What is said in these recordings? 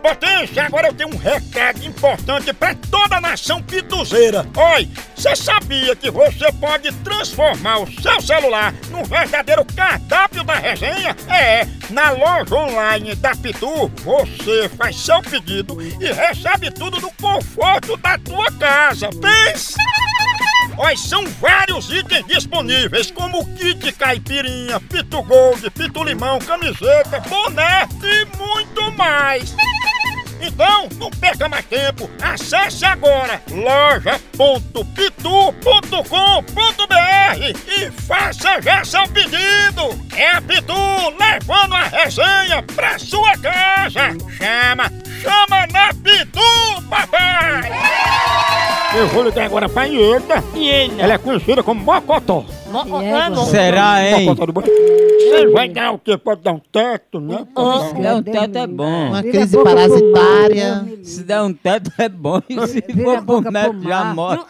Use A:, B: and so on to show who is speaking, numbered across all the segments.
A: potências, agora eu tenho um recado importante pra toda a nação pituzeira. Oi, você sabia que você pode transformar o seu celular num verdadeiro cardápio da resenha? É, na loja online da Pitu, você faz seu pedido e recebe tudo no conforto da tua casa. Pensa! Olha, são vários itens disponíveis, como kit caipirinha, pitu gold, pitu limão, camiseta, boné e muito mais. Então, não perca mais tempo, acesse agora loja.pitu.com.br e faça já seu pedido. É a Pitu levando a resenha pra sua casa. Chama, chama na Pitu, papai! Eu vou ligar agora pra Ieda. Ela é conhecida como Mocotó.
B: é
C: Será, hein?
A: Mocotó do banho. Você vai dar o quê? Pode dar um teto, né? Pode dar um-
C: Não, um teto é bom.
D: Uma crise parasitária.
C: Se der um teto é bom e se for pro neto já morre.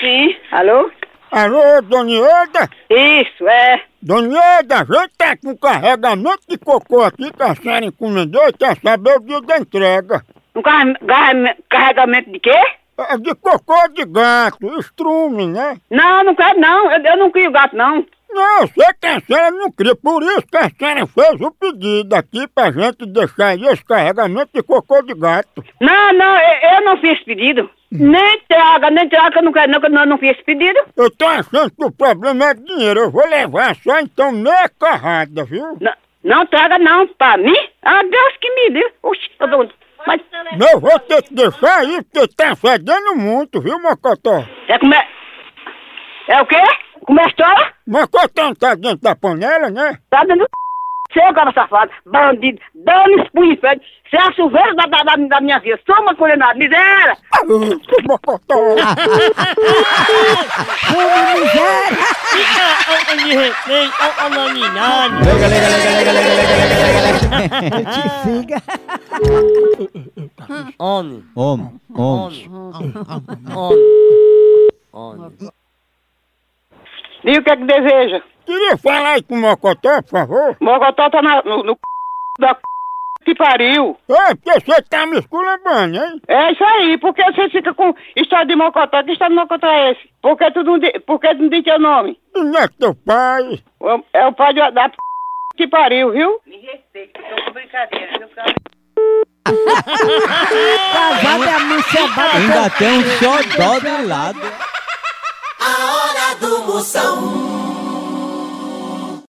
E: Sim, alô?
A: Alô, Dona Ieda?
E: Isso, é.
A: Dona Ieda, a gente tá com carregamento de cocô aqui que a senhora encomendou e quer saber o dia da entrega.
E: Um carre- garra- carregamento de quê?
A: É de cocô de gato, estrume, né?
E: Não, não quero não. Eu, eu não crio gato, não.
A: Não, eu sei que a senhora não cria, por isso que a senhora fez o pedido aqui pra gente deixar aí esse carregamento de cocô de gato.
E: Não, não, eu, eu não fiz esse pedido. Nem traga, nem traga, eu não quero não, que eu não, não fiz esse pedido.
A: Eu tô achando que o problema é dinheiro, eu vou levar só então meia carrada, viu?
E: Não, não traga não, pra mim. Ah, Deus que me deu. Oxi, eu dou... Mas,
A: Não, eu vou ter que deixar aí porque tá fedendo muito, viu, Mocotó?
E: é como é... É o quê? Como é a história?
A: Mocotó não tá dentro da panela, né?
E: Tá dando... Seu cara safado, bandido, dane-se pro inferno. Você é a chuveira da, da, da, da minha vida. Sou uma condenada, miséria.
A: Ah, Mocotó!
C: Liga, liga, liga, liga, liga,
B: Homem,
C: Homem, homem.
B: homem,
E: Diga o que é que deseja.
A: Queria falar aí com o Mocotó, por favor.
E: Mogotó tá na, no, no c... da c... que pariu.
A: É, porque você tá me esculambando, hein?
E: É isso aí, porque você fica com história de Mocotó. Que história de Mocotó é esse? Por que tu não, di, por que tu não diz teu nome?
A: E não é teu pai?
E: O- É o pai de- da p... que pariu, viu?
C: Ainda tem um xodó do lado.
F: A hora do Moção.